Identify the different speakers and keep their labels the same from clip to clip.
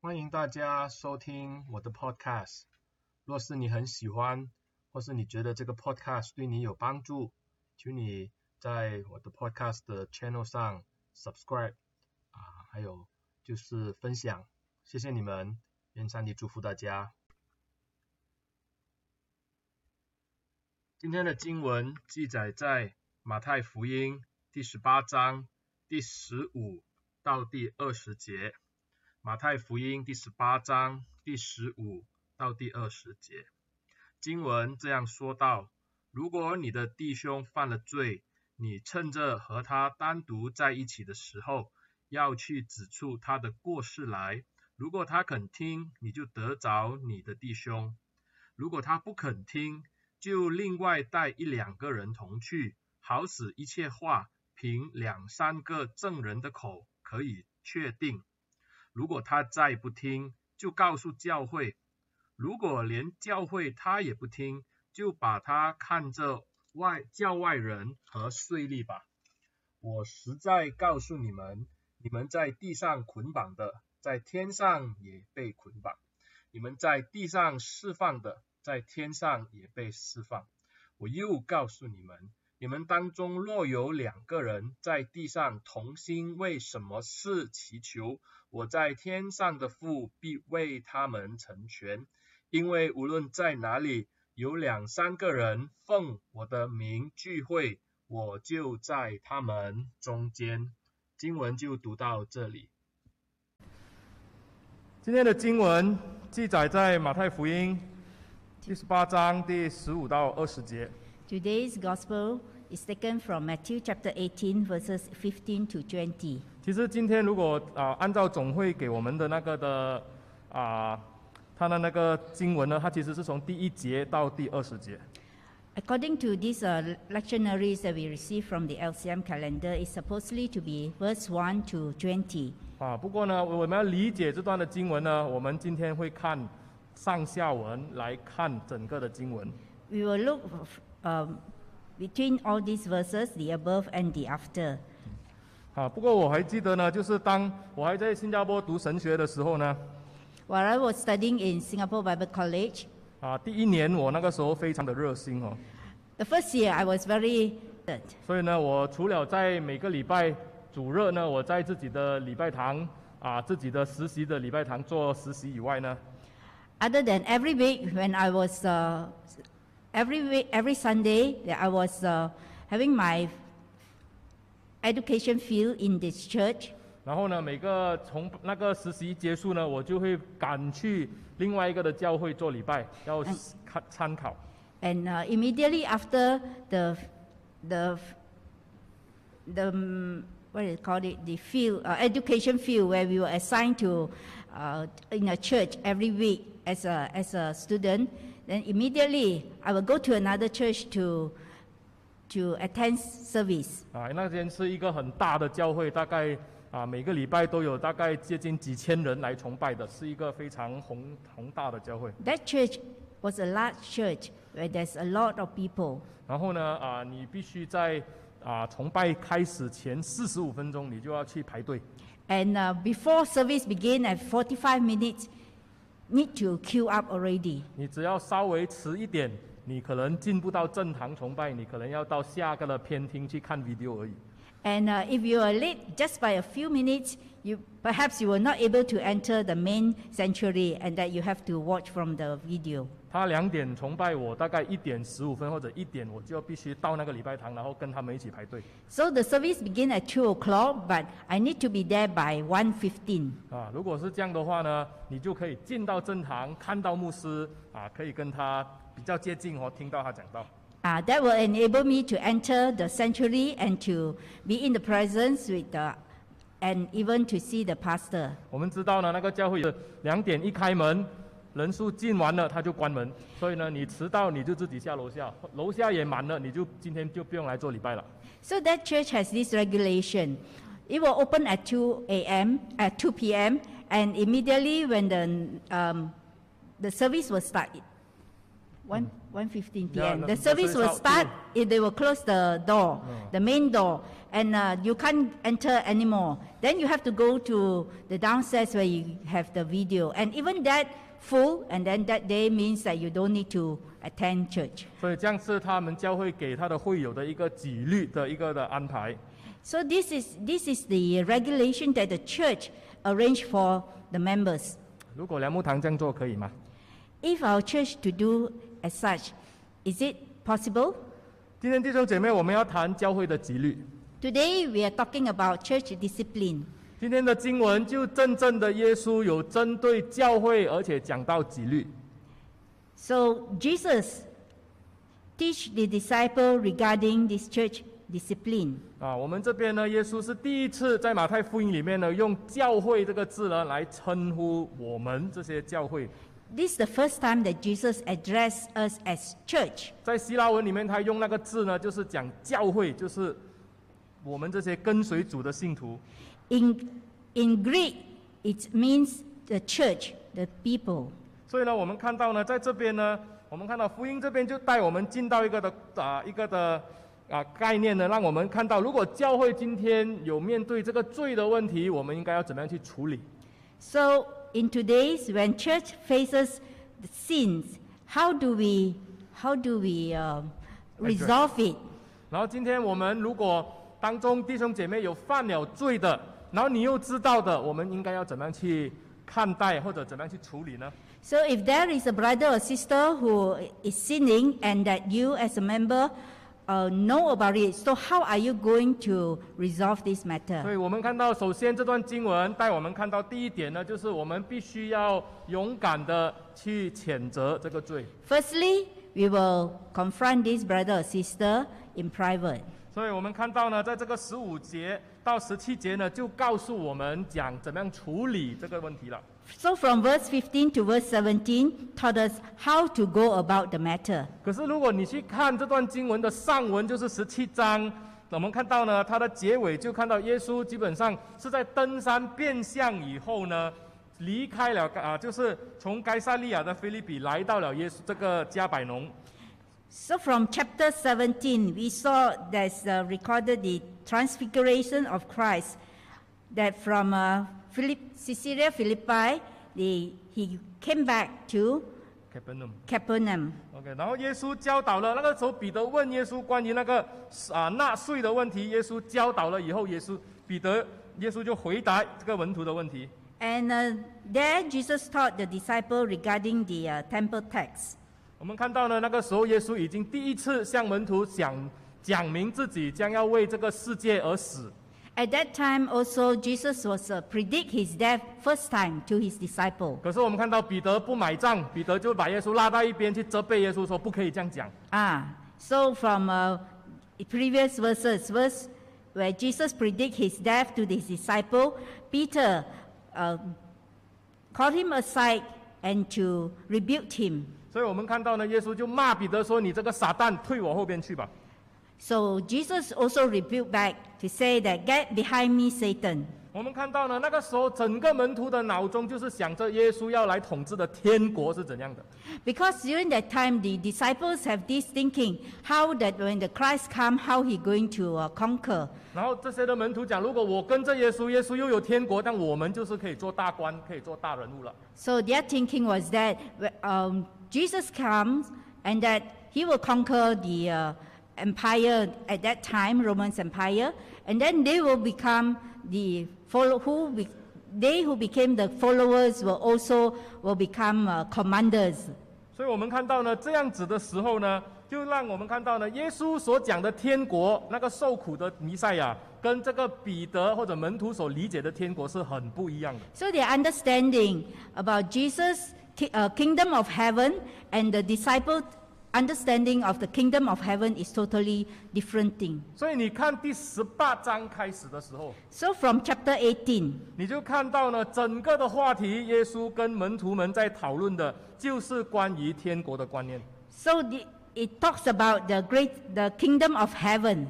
Speaker 1: 欢迎大家收听我的 podcast。若是你很喜欢，或是你觉得这个 podcast 对你有帮助，请你在我的 podcast 的 channel 上 subscribe 啊，还有就是分享，谢谢你们，愿上帝祝福大家。今天的经文记载在马太福音第十八章第十五到第二十节。马太福音第十八章第十五到第二十节，经文这样说道：如果你的弟兄犯了罪，你趁着和他单独在一起的时候，要去指出他的过失来。如果他肯听，你就得着你的弟兄；如果他不肯听，就另外带一两个人同去，好使一切话凭两三个证人的口可以确定。如果他再不听，就告诉教会；如果连教会他也不听，就把他看着外教外人和税吏吧。我实在告诉你们，你们在地上捆绑的，在天上也被捆绑；你们在地上释放的，在天上也被释放。我又告诉你们，你们当中若有两个人在地上同心为什么事祈求，我在天上的父必为他们成全，因为无论在哪里有两三个人奉我的名聚会，我就在他们中间。经文就读到这里。
Speaker 2: 今天的经文记载在马太福音第十八章第十五到二十节。
Speaker 3: Today's gospel is taken from Matthew chapter 18, verses 15 to 20.
Speaker 2: 其实今天如果啊、按照总会给我们的那个的啊、它的那个经文呢，它其实是从第一节到第二十节。
Speaker 3: According to these uh, lectionaries that we receive from the LCM calendar, it's supposedly to be verse 1 to 20.
Speaker 2: 啊，不过呢，我们要理解这段的经文呢，我们今天会看上下文来看整个的经文。
Speaker 3: We will look f- um, between all these verses, the above and the after.
Speaker 2: 啊，不过我还记得呢，就是当我还在新加坡读神学的时候呢，
Speaker 3: While I was studying in Singapore Bible College,
Speaker 2: 啊，第一年我那个时候非常的热心哦，
Speaker 3: the first year I was very.
Speaker 2: 所以呢，我除了在每个礼拜主日呢，我在自己的礼拜堂啊，自己的实习的礼拜堂做实习以外呢，
Speaker 3: Other than every week when I was uh, every week, every Sunday that I was uh, having my education field in this church,
Speaker 2: 然后呢，每个从那个实习结束呢，我就会赶去另外一个的教会做礼拜，要看参考。
Speaker 3: and uh, immediately after the the the um, what do you call it the field uh, education field where we were assigned to uh, in a church every week as a as a student, then immediately I will go to another church to to attend service.
Speaker 2: 啊，那间是一个很大的教会，大概啊每个礼拜都有大概接近几千人来崇拜的，是一个非常宏宏大的教会。
Speaker 3: That church was a large church where there's a lot of people.
Speaker 2: 然后呢，啊，你必须在啊崇拜开始前四十五分钟，你就要去排队。
Speaker 3: And uh, before service began at 45 minutes, need to queue up already.
Speaker 2: 你只要稍微迟一点，你可能进不到正堂崇拜，你可能要到下个的偏厅去看 video 而已。
Speaker 3: And uh, if you are late just by a few minutes, you perhaps you were not able to enter the main sanctuary and that you have to watch from the video.
Speaker 2: 他两点崇拜我，大概一点十五分或者一点，我就要必须到那个礼拜堂，然后跟他们一起排队。
Speaker 3: So the service began at 2 o'clock, but I need to be there by 1.15.
Speaker 2: 啊，如果是这样的话呢，你就可以进到正堂，看到牧师啊，可以跟他比较接近哦，听到他讲道。
Speaker 3: Uh, that will enable me to enter the sanctuary and to be in the presence with the, and even to see the pastor.
Speaker 2: 我们知道呢，那个教会是两点一开门，人数进完了他就关门，所以呢，你迟到你就自己下楼下，楼下也满了，你就今天就不用来做礼拜了。
Speaker 3: So that church has this regulation. It will open at 2 a.m. at 2 p.m. and immediately when the um, the service will start, 1,
Speaker 2: Hmm.
Speaker 3: 1.15
Speaker 2: Yeah,
Speaker 3: p.m.
Speaker 2: no,
Speaker 3: the
Speaker 2: the
Speaker 3: service
Speaker 2: service
Speaker 3: will
Speaker 2: out
Speaker 3: start, if they will close the door, the main door, and uh, you can't enter anymore. Then you have to go to the downstairs where you have the video. And even that full, and then that day means that you don't need to attend church.
Speaker 2: 所以这样是他们教会给他的会友的一个纪律的一个的安排。
Speaker 3: So this is, this is the regulation that the church arranged for the members.
Speaker 2: 如果梁木堂这样做可以吗？
Speaker 3: If our church to do as such, is it possible?
Speaker 2: 今天弟兄姐妹，我们要谈教会的纪律。
Speaker 3: Today we are talking about church discipline.
Speaker 2: 今天的经文就真正的耶稣有针对教会，而且讲到纪律。
Speaker 3: So Jesus teach the disciple regarding this church discipline.
Speaker 2: 啊，我们这边呢，耶稣是第一次在马太福音里面呢，用“教会”这个字呢来称呼我们这些教会。
Speaker 3: This is the first time that Jesus addressed us as church.
Speaker 2: 在希腊文里面，他用那个字呢，就是讲教会，就是我们这些跟随主的信徒。
Speaker 3: In, in Greek, it means the church, the people.
Speaker 2: 所以呢，我们看到呢，在这边呢，我们看到福音这边就带我们进到一个的啊、一个的啊、概念呢，让我们看到，如果教会今天有面对这个罪的问题，我们应该要怎么样去处理？
Speaker 3: So in today's when church faces the sins, how do we how do we um, resolve it?
Speaker 2: 然后今天我们如果当中弟兄姐妹有犯了罪的，然后你又知道的，我们应该要怎么样去看待或者怎么样去处理呢？
Speaker 3: So if there is a brother or sister who is sinning and that you as a member uh, know about it, so how are you going to resolve this
Speaker 2: 所
Speaker 3: matter?
Speaker 2: 以我们看到，首先这段经文带我们看到第一点呢，就是我们必须要勇敢的去谴责这个罪。
Speaker 3: Firstly, we will confront this brother or sister in private.
Speaker 2: 所以我们看到呢，在这个十五节到十七节呢，就告诉我们讲怎么样处理这个问题了。
Speaker 3: So from verse 15 to verse 17 taught us how to go about the matter.
Speaker 2: 可是如果你去看这段经文的上文，就是十七章，我们看到呢，它的结尾就看到耶稣基本上是在登山变相以后呢，离开了啊，就是从该萨利亚的菲利比来到了耶稣这个加百农。
Speaker 3: So from chapter 17, we saw there's uh, recorded the transfiguration of Christ, that from uh, Philip, Caesarea Philippi, the, he came back to
Speaker 2: Capernaum
Speaker 3: Capernaum.
Speaker 2: OK，然后耶稣教导了，那个时候彼得问耶稣关于那个啊纳税的问题，耶稣教导了以后，耶稣彼得耶稣就回答这个门徒的问题。
Speaker 3: And uh, there Jesus taught the disciple regarding the uh, temple tax.
Speaker 2: 我们看到呢，那个时候耶稣已经第一次向门徒讲讲明自己将要为这个世界而死，
Speaker 3: At that time also, Jesus was uh, predict his death first time to his disciple.
Speaker 2: 可是我们看到彼得不买账，彼得就把耶稣拉到一边去责备耶稣说不可以这样讲。
Speaker 3: Ah, so from uh, previous verses, verse where Jesus predict his death to his disciple, Peter uh, called him aside and to rebuke him.
Speaker 2: 所以我们看到呢，耶稣就骂彼得说：“你这个傻蛋，退我后边去吧。”
Speaker 3: So Jesus also rebuked back to say that, "Get behind me, Satan."
Speaker 2: 我们看到呢，那个时候整个门徒的脑中就是想着耶稣要来统治的天国是怎样的。
Speaker 3: Because during that time, the disciples have this thinking: how that when the Christ come, how he going to uh, conquer?
Speaker 2: 然后这些的门徒讲，如果我跟着耶稣，耶稣又有天国，但我们就是可以做大官，可以做大人物了。
Speaker 3: So their thinking was that um, Jesus comes and that he will conquer the uh, empire at that time, Roman's empire, and then they will become the follow who be, they who became the followers will also will become uh, commanders.
Speaker 2: 所以我们看到呢，这样子的时候呢，就让我们看到呢，耶稣所讲的天国，那个受苦的弥赛亚，跟这个彼得或者门徒所理解的天国是很不一样的。
Speaker 3: So their understanding about Jesus' ki- uh, kingdom of heaven and the disciple understanding of the kingdom of heaven is totally different thing.
Speaker 2: 所以你看第十八章开始的时候，
Speaker 3: So from chapter 18.
Speaker 2: 你就看到呢，整个的话题，耶稣跟门徒们在讨论的，就是关于天国的观念。
Speaker 3: So the, it talks about the great, the kingdom of heaven.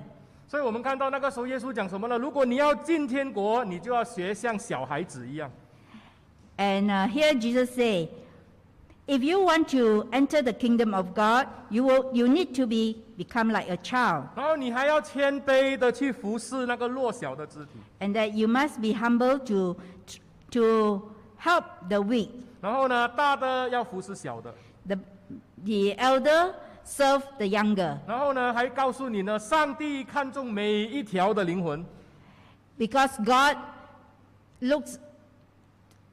Speaker 2: 所以我们看到那个时候，耶稣讲什么呢？如果你要进天国，你就要学像小孩子一样。
Speaker 3: And uh, here Jesus say, If you want to enter the kingdom of God, you will you need to be become like a child,
Speaker 2: 然后你还要谦卑的去服侍那个弱小的肢体，
Speaker 3: and that you must be humble to to help the weak.
Speaker 2: 然后呢，大的要服侍小的，
Speaker 3: The the elder serve the younger,
Speaker 2: 然后呢，还告诉你呢，上帝看重每一条的灵魂，
Speaker 3: because God looks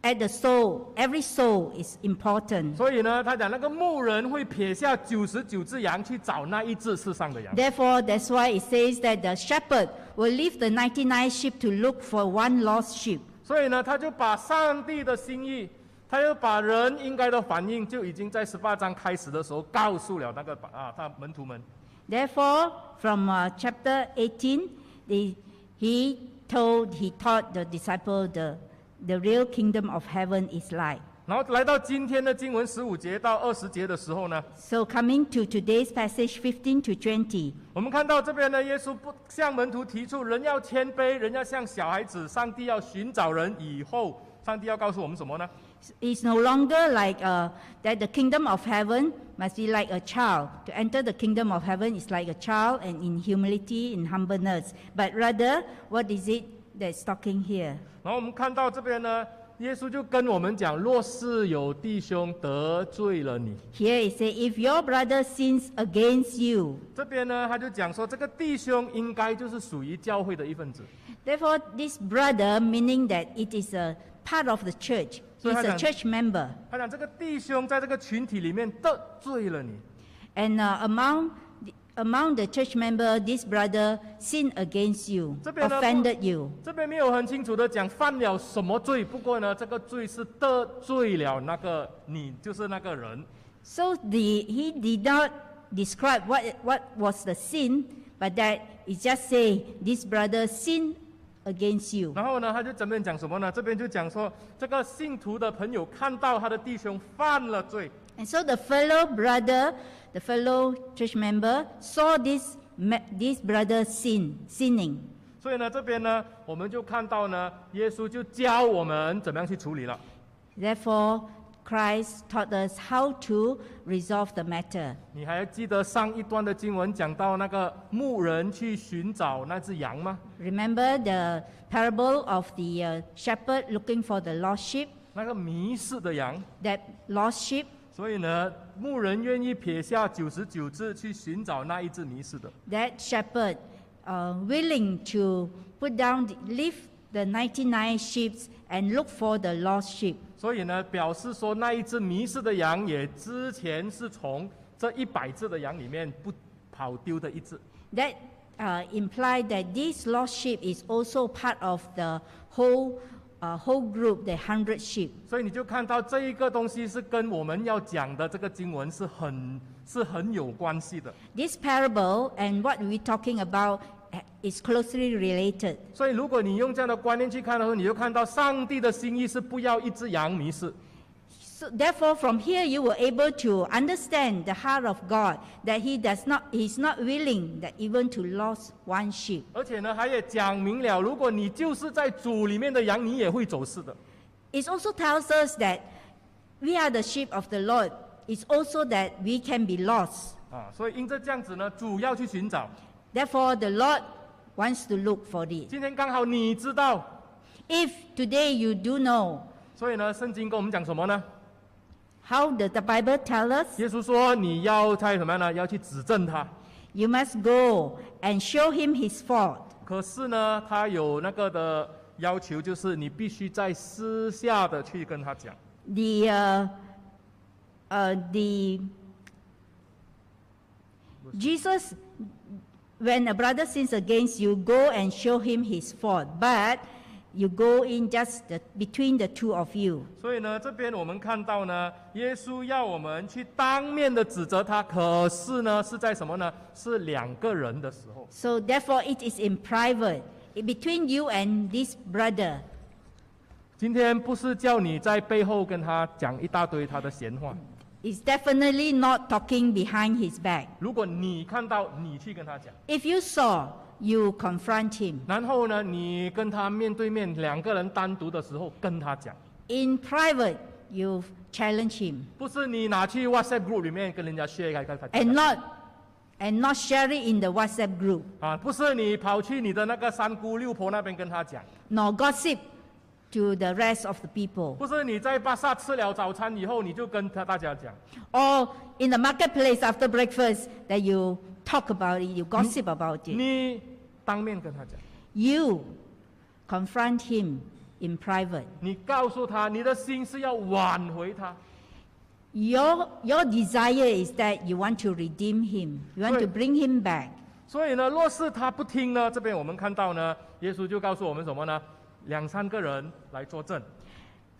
Speaker 3: at the soul. Every soul is important.
Speaker 2: 所以呢，他讲那个牧人会撇下九十九只羊去找那一只世上的羊。
Speaker 3: Therefore, that's why it says that the shepherd will leave the 99 sheep to look for one lost sheep.
Speaker 2: 所以呢，他就把上帝的心意，他又把人应该的反应，就已经在十八章开始的时候告诉了那个啊，他门徒们。
Speaker 3: Therefore, from uh, chapter 18, the, he told, he taught the disciple the, the real kingdom of heaven is like.
Speaker 2: 然后来到今天的经文十五节到二十节的时候呢，
Speaker 3: So coming to today's passage 15 to 20,
Speaker 2: 我们看到这边呢，耶稣不向门徒提出，人要谦卑，人要像小孩子，上帝要寻找人。以后，上帝要告诉我们什么呢？
Speaker 3: it's no longer like uh, that the kingdom of heaven must be like a child. To enter the kingdom of heaven is like a child and in humility, in humbleness. But rather, what is it that's talking here?
Speaker 2: 然后我们看到这边呢，耶稣就跟我们讲，若是有弟兄得罪了你，
Speaker 3: Here it says, if your brother sins against you,
Speaker 2: 这边呢他就讲说，这个弟兄应该就是属于教会的一份子。
Speaker 3: Therefore, this brother, meaning that it is a part of the church,
Speaker 2: So
Speaker 3: he's
Speaker 2: hang
Speaker 3: a
Speaker 2: on.
Speaker 3: church member.
Speaker 2: 他讲这个弟兄在这个群体里面得罪了你，
Speaker 3: And uh, among, the, among the church member, this brother sinned against you,
Speaker 2: 这边呢，不-
Speaker 3: offended you.
Speaker 2: 这边没有很清楚的讲犯了什么罪，不过呢，这个罪是得罪了那个你，就是那个人。
Speaker 3: So the, he did not describe what, what was the sin, but that it just say, this brother sinned against you.
Speaker 2: 然后呢，他就这边讲什么呢？这边就讲说，这个信徒的朋友看到他的弟兄犯了罪，
Speaker 3: And so the fellow brother, the fellow church member, saw this, ma- this brother sin, sinning.
Speaker 2: 所以呢，这边呢，我们就看到呢，耶稣就教我们怎么样去处理了。
Speaker 3: Therefore, Christ taught us how to resolve the matter.
Speaker 2: 你还记得上一段的经文讲到那个牧人去寻找那只羊吗？
Speaker 3: Remember the parable of the uh, shepherd looking for the lost sheep?
Speaker 2: 那个迷失的羊。
Speaker 3: That lost sheep,
Speaker 2: 所以呢，牧人愿意撇下九十九只去寻找那一只迷失的。
Speaker 3: that shepherd uh, willing to put down, the- leave the 99 sheep and look for the lost sheep.
Speaker 2: 所以呢，表示说那一只迷失的羊也之前是从这一百只的羊里面不跑丢的一只。
Speaker 3: That uh, implied that this lost sheep is also part of the whole, uh, whole group, the 100 sheep.
Speaker 2: 所以你就看到这一个东西是跟我们要讲的这个经文是很是很有关系的。
Speaker 3: This parable and what we're talking about uh, is closely related.
Speaker 2: 所以如果你用这样的观念去看的时候，你就看到上帝的心意是不要一只羊迷失。
Speaker 3: So therefore, from here you were able to understand the heart of God that He does not He's not willing that even to lose one sheep.
Speaker 2: 而且呢，他也讲明了，如果你就是在主里面的羊，你也会走失的。
Speaker 3: It also tells us that we are the sheep of the Lord. It's also that we can be lost.
Speaker 2: 啊，所以因着这样子呢，主要去寻找。
Speaker 3: Therefore, the Lord wants to look for it.
Speaker 2: 今天刚好你知道，
Speaker 3: If today you do know
Speaker 2: 所以呢，圣经跟我们讲什么呢？
Speaker 3: how the, the Bible tells us,
Speaker 2: 耶稣说你要在什么样呢？要去指正他。
Speaker 3: you must go and show him his fault.
Speaker 2: 可是呢，他有那个的要求，就是你必须在私下的去跟他讲。
Speaker 3: the uh, uh, the Jesus when a brother sins against you go and show him his fault but you go in just the, between the two of you
Speaker 2: 所以呢，这边我们看到呢，耶稣要我们去当面的指责他，可是呢，是在什么呢？是两个人的时候。
Speaker 3: so therefore it is in private between you and this brother
Speaker 2: 今天不是叫你在背后跟他讲一大堆他的闲话。
Speaker 3: it's definitely not talking behind his back
Speaker 2: 如果你看到，你去跟他讲。
Speaker 3: if you saw you confront him
Speaker 2: 然后呢，你跟他面对面两个人单独的时候跟他讲，
Speaker 3: in private you challenge him
Speaker 2: 不是你拿去 WhatsApp group 里面跟人家 share 开开开
Speaker 3: and not and not share it in the WhatsApp group,
Speaker 2: 啊，不是你跑去你的那个三姑六婆那边跟他讲，
Speaker 3: nor gossip to the rest of the people.
Speaker 2: 不是你在巴萨吃了早餐以后你就跟他大家讲，
Speaker 3: Or in the marketplace after breakfast that you talk about it, you gossip about it.
Speaker 2: 你当面跟他讲，
Speaker 3: You confront him in private.
Speaker 2: 你告诉他你的心是要挽回他，
Speaker 3: Your, your desire is that you want to redeem him, you want to
Speaker 2: Right.
Speaker 3: bring him back.
Speaker 2: 所以呢，若是他不听呢，这边我们看到呢，耶稣就告诉我们什么呢？两三个人来作证，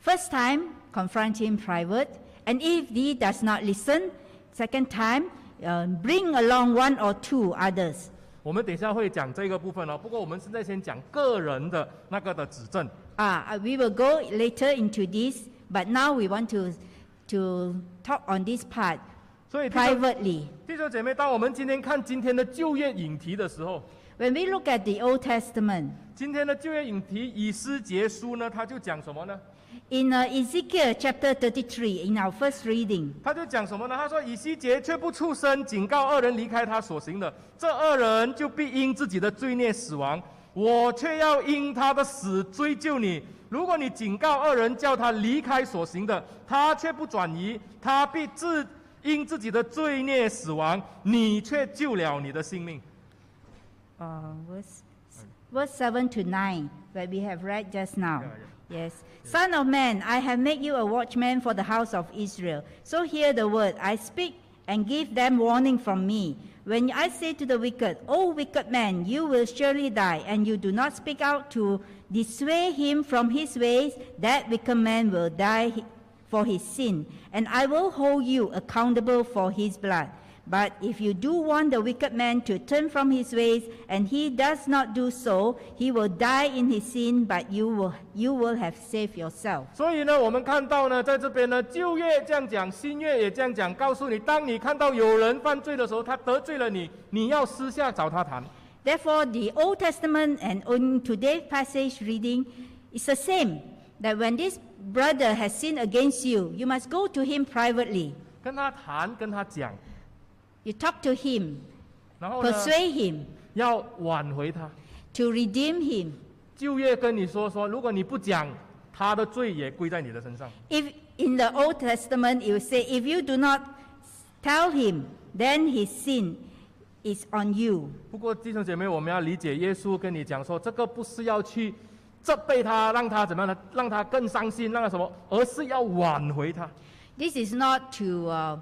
Speaker 3: First time, confront him private, and if he does not listen, second time, uh, bring along one or two others.
Speaker 2: 我们等一下会讲这个部分哦。不过我们现在先讲个人的那个的指证。
Speaker 3: Ah, uh, we will go later into this, but now we want to to talk on this part
Speaker 2: 所以弟兄
Speaker 3: privately.
Speaker 2: 弟兄姐妹，当我们今天看今天的就业引题的时候，
Speaker 3: When we look at the Old Testament,
Speaker 2: 今天的就业引题以诗结书呢，他就讲什么呢？
Speaker 3: in uh, Ezekiel chapter 33, in our first reading,
Speaker 2: 他就讲什么呢？他说：“以西结却不出声，警告二人离开他所行的，这二人就必因自己的罪孽死亡，我却要因他的死追究你。如果你警告二人，叫他离开所行的，他却不转移，他必自因自己的罪孽死亡，你却救了你的性命。
Speaker 3: uh, verse, verse 7 to 9, where we have read just now.
Speaker 2: Yeah,
Speaker 3: Yes. Son of man, I have made you a watchman for the house of Israel. So hear the word I speak and give them warning from me. When I say to the wicked, O wicked man, you will surely die, and you do not speak out to dissuade him from his ways, that wicked man will die hi- for his sin, and I will hold you accountable for his blood. But if you do want the wicked man to turn from his ways, and he does not do so, he will die in his sin, but you will, you will have saved yourself.
Speaker 2: 所以呢，我们看到呢，在这边呢，旧约这样讲，新约也这样讲，告诉你，当你看到有人犯罪的时候，他得罪了你，你要私下找他谈。
Speaker 3: Therefore, the Old Testament and in today's passage reading is the same that when this brother has sinned against you, you must go to him privately.
Speaker 2: 跟他谈，跟他讲，
Speaker 3: You talk to him,
Speaker 2: 然后呢，
Speaker 3: persuade him
Speaker 2: 要挽回他。
Speaker 3: to redeem him.
Speaker 2: 旧约跟你说说，如果你不讲，他的罪也归在你的身上。
Speaker 3: If in the Old Testament it will say, if you do not tell him, then his sin is on you.
Speaker 2: 不过弟兄姐妹，我们要理解耶稣跟你讲说，这个不是要去责备他，让他怎么样呢？让他更伤心，让他什么？而是要挽回他。
Speaker 3: This is not to uh,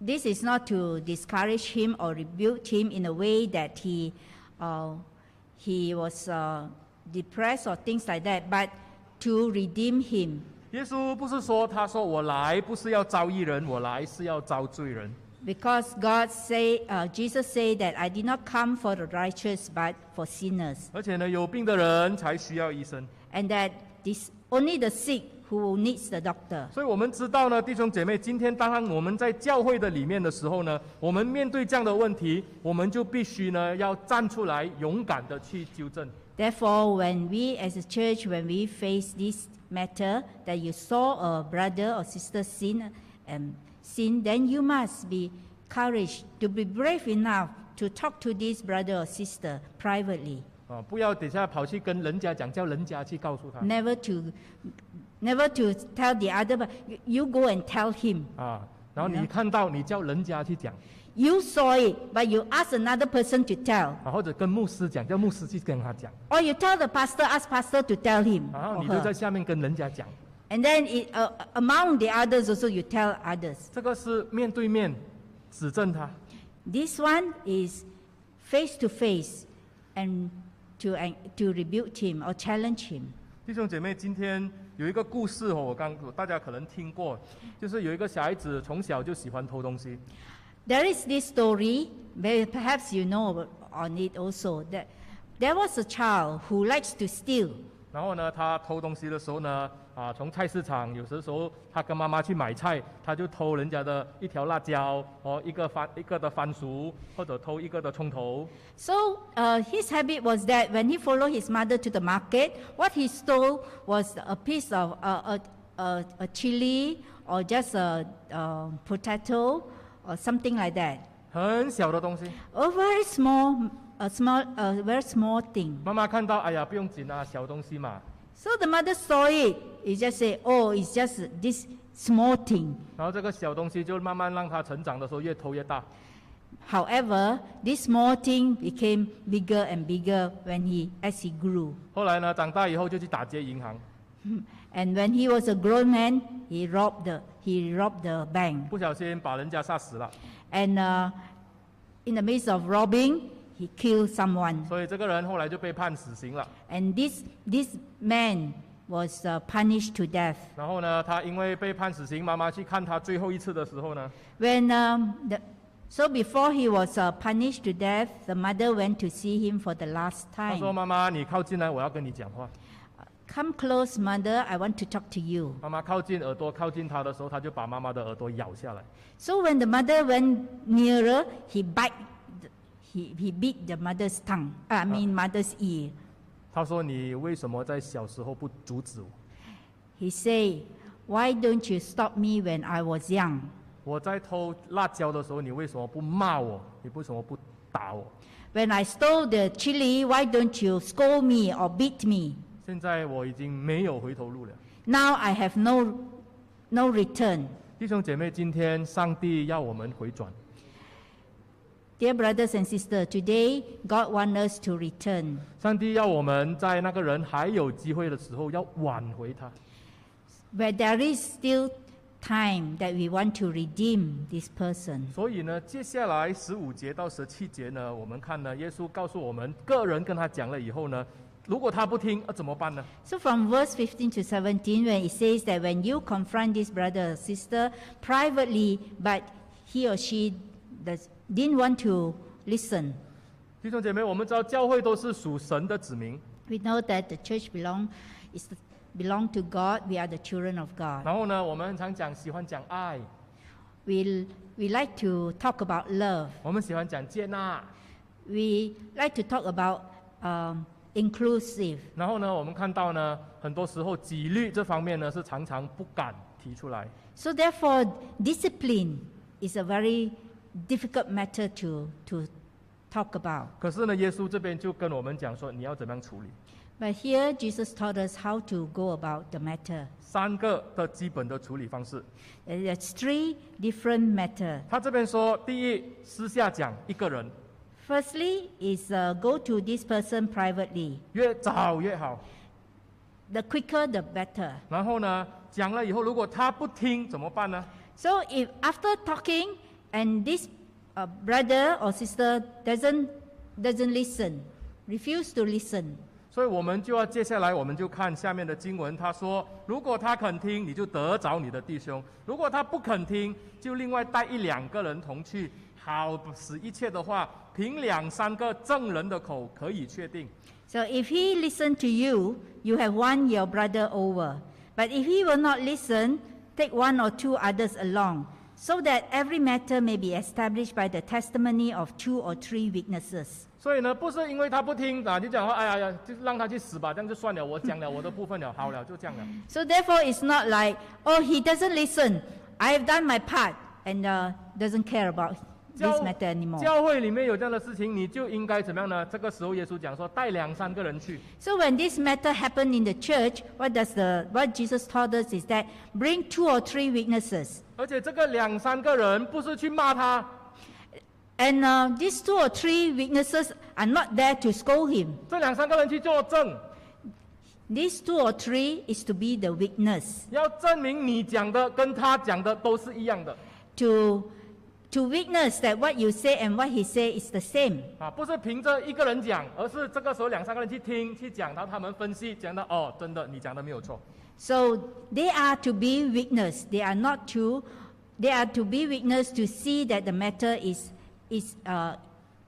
Speaker 3: this is not to discourage him or rebuke him in a way that he uh, he was uh, depressed or things like that, but to redeem him.
Speaker 2: 耶稣不是说，他说我来不是要招义人，我来是要招罪人。
Speaker 3: Because God say, uh, Jesus said that I did not come for the righteous, but for sinners,
Speaker 2: 而且呢，有病的人才需要医生。
Speaker 3: and that this only the sick who needs the doctor.
Speaker 2: 所以我们知道呢，弟兄姐妹，今天当然我们在教会的里面的时候呢，我们面对这样的问题，我们就必须呢要站出来，勇敢的去纠正。
Speaker 3: Therefore, when we as a church, when we face this matter that you saw a brother or sister sin and sin, then you must be courage to be brave enough to talk to this brother or sister privately.
Speaker 2: 啊，不要等下跑去跟人家讲，叫人家去告诉他
Speaker 3: Never to never to tell the other but you, you go and tell him.
Speaker 2: 啊。然后你
Speaker 3: Yeah.
Speaker 2: 看到，你叫人家去讲
Speaker 3: You saw it, but you ask another person to tell.
Speaker 2: 啊，或者跟牧师讲，叫牧师去跟他讲，啊
Speaker 3: Or you tell the pastor, ask pastor to tell him.
Speaker 2: 然后
Speaker 3: or
Speaker 2: 你就在
Speaker 3: her.
Speaker 2: 下面跟人家讲。
Speaker 3: And then it, uh, among the others also you tell others.
Speaker 2: 这个是面对面指正他，
Speaker 3: This one is face to face and to, and to rebuke him or challenge him.
Speaker 2: 弟兄姐妹，今天有一个故事哦，我刚大家可能听过，就是有一个小孩子从小就喜欢偷东西，
Speaker 3: There is this story, may- perhaps you know on it also, that there was a child who likes to steal.
Speaker 2: 然后呢，他偷东西的时候呢，啊，从菜市场有时候他跟妈妈去买菜，他就偷人家的一条辣椒，哦，一个番一个的番薯，或者偷一个的葱头。
Speaker 3: So uh, his habit was that when he followed his mother to the market, what he stole was a piece of uh, a, a, a chili or just a, a potato or something like that.
Speaker 2: 很小的东西。
Speaker 3: A very small, a small, a very small thing.
Speaker 2: 妈妈看到，哎呀，不用紧啊，小东西嘛。
Speaker 3: So the mother saw it. He just said, "Oh, it's just this small thing."
Speaker 2: 然后这个小东西就慢慢让它成长的时候越偷越大。
Speaker 3: However, this small thing became bigger and bigger when he as he grew.
Speaker 2: 后来呢，长大以后就去打劫银行，
Speaker 3: And when he was a grown man, he robbed the he robbed the bank.
Speaker 2: 不小心把人家杀死了。
Speaker 3: And uh, in the midst of robbing, he killed someone.
Speaker 2: 所以这个人后来就被判死刑了。
Speaker 3: And this this man was uh, punished to death.
Speaker 2: 然后呢，他因为被判死刑，妈妈去看他最后一次的时候呢，
Speaker 3: When um, the, so before he was uh, punished to death, the mother went to see him for the last
Speaker 2: 他说：“
Speaker 3: time.
Speaker 2: 妈妈，你靠近来，我要跟你讲话。
Speaker 3: Come close, mother. I want to talk to you. ”
Speaker 2: 妈妈靠近耳朵，靠近他的时候，他就把妈妈的耳朵咬下来。
Speaker 3: So when the mother went nearer, he bite, the- he, he bit the mother's tongue. I mean, mother's ear.
Speaker 2: 他说：“你为什么在小时候不阻止我？
Speaker 3: He say, "Why don't you stop me when I was young?
Speaker 2: 我在偷辣椒的时候，你为什么不骂我？你为什么不打我？
Speaker 3: When I stole the chili, why don't you scold me or beat me?
Speaker 2: 现在我已经没有回头路了。”
Speaker 3: Now I have no, no return."
Speaker 2: 弟兄姐妹，今天上帝要我们回转，
Speaker 3: Dear brothers and sisters, today God wants us to return.
Speaker 2: 上帝要我们在那个人还有机会的时候要挽回他。
Speaker 3: Where there is still time that we want to redeem this person.
Speaker 2: 所以呢，接下来十五节到十七节呢，我们看呢，耶稣告诉我们，个人跟他讲了以后呢，如果他不听，呃、怎么办呢？
Speaker 3: So from verse 15 to 17, when it says that when you confront this brother or sister privately, but he or she does, didn't want to listen,
Speaker 2: 弟兄姐妹，我们知道教会都是属神的子民，
Speaker 3: we know that the church belong, is the, belong to God. We are the children of God.
Speaker 2: 然后呢，我们很常讲喜欢讲爱，
Speaker 3: We, we like to talk about love.
Speaker 2: 我们喜欢讲接纳，
Speaker 3: We like to talk about um, inclusive.
Speaker 2: 然后呢，我们看到呢，很多时候纪律这方面呢是常常不敢提出来，
Speaker 3: So therefore, discipline is a very difficult matter to, to talk about.
Speaker 2: 可是呢，耶稣这边就跟我们讲说，你要怎么样处理
Speaker 3: But here, Jesus taught us how to go about the matter.
Speaker 2: 三个的基本的处理方式。
Speaker 3: Uh, There's three different matter.
Speaker 2: 他这边说，第一，私下讲一个人，
Speaker 3: Firstly, is uh, go to this person privately.
Speaker 2: 越早越好。
Speaker 3: The quicker, the better.
Speaker 2: 然后呢，讲了以后，如果他不听怎么办呢？
Speaker 3: So if after talking and this uh, brother or sister doesn't doesn't listen, refuse to listen,
Speaker 2: 所以我们就要接下来，我们就看下面的经文。他说：“如果他肯听，你就得着你的弟兄；如果他不肯听，就另外带一两个人同去。好使一切的话，凭两三个证人的口可以确定。
Speaker 3: So if he listen to you, you have won your brother over. But if he will not listen, take one or two others along, so that every matter may be established by the testimony of two or three witnesses.
Speaker 2: 所以呢，不是因为他不听啊，你讲话，哎呀呀，就让他去死吧，这样就算了，我讲了我的部分了，好了，就这样了。
Speaker 3: So therefore, it's not like, oh, he doesn't listen. I have done my part and uh, doesn't care about this
Speaker 2: 教
Speaker 3: matter anymore.
Speaker 2: 教会里面有这样的事情，你就应该怎么样呢？这个时候，耶稣讲说，带两三个人去。
Speaker 3: So when this matter happened in the church, what does the what Jesus taught us is that bring two or three witnesses.
Speaker 2: 而且这个两三个人不是去骂他，
Speaker 3: And uh, these two or three witnesses are not there to scold him.
Speaker 2: 这两三个人去作证，
Speaker 3: These two or three is to be the witness,
Speaker 2: 要证明你讲的跟他讲的都是一样的
Speaker 3: to, to witness that what you say and what he say is the same.
Speaker 2: 啊，不是凭着一个人讲，而是这个时候两三个人去听去讲，然后他们分析，讲到哦，真的你讲的没有错。
Speaker 3: So they are to be witness. They are not to, they are to be witness to see that the matter is, is uh,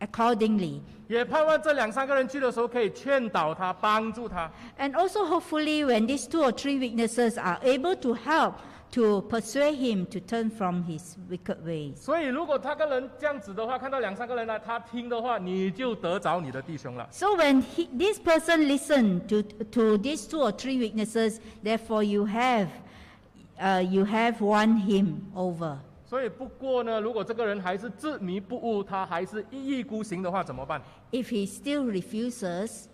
Speaker 3: accordingly.
Speaker 2: 也盼望这两三个人去的时候可以劝导他，帮助他。
Speaker 3: And also hopefully when these two or three witnesses are able to help to persuade him to turn from his wicked ways.
Speaker 2: 所以，如果他跟人这样子的话，看到两三个人来，他听的话，你就得着你的弟兄了。
Speaker 3: So when he, this person listened to, to these two or three witnesses, therefore you have uh, you have won him over.
Speaker 2: 所以不过呢，如果这个人还是执迷不悟，他还是一意孤行的话，怎么办？
Speaker 3: If he still refuses,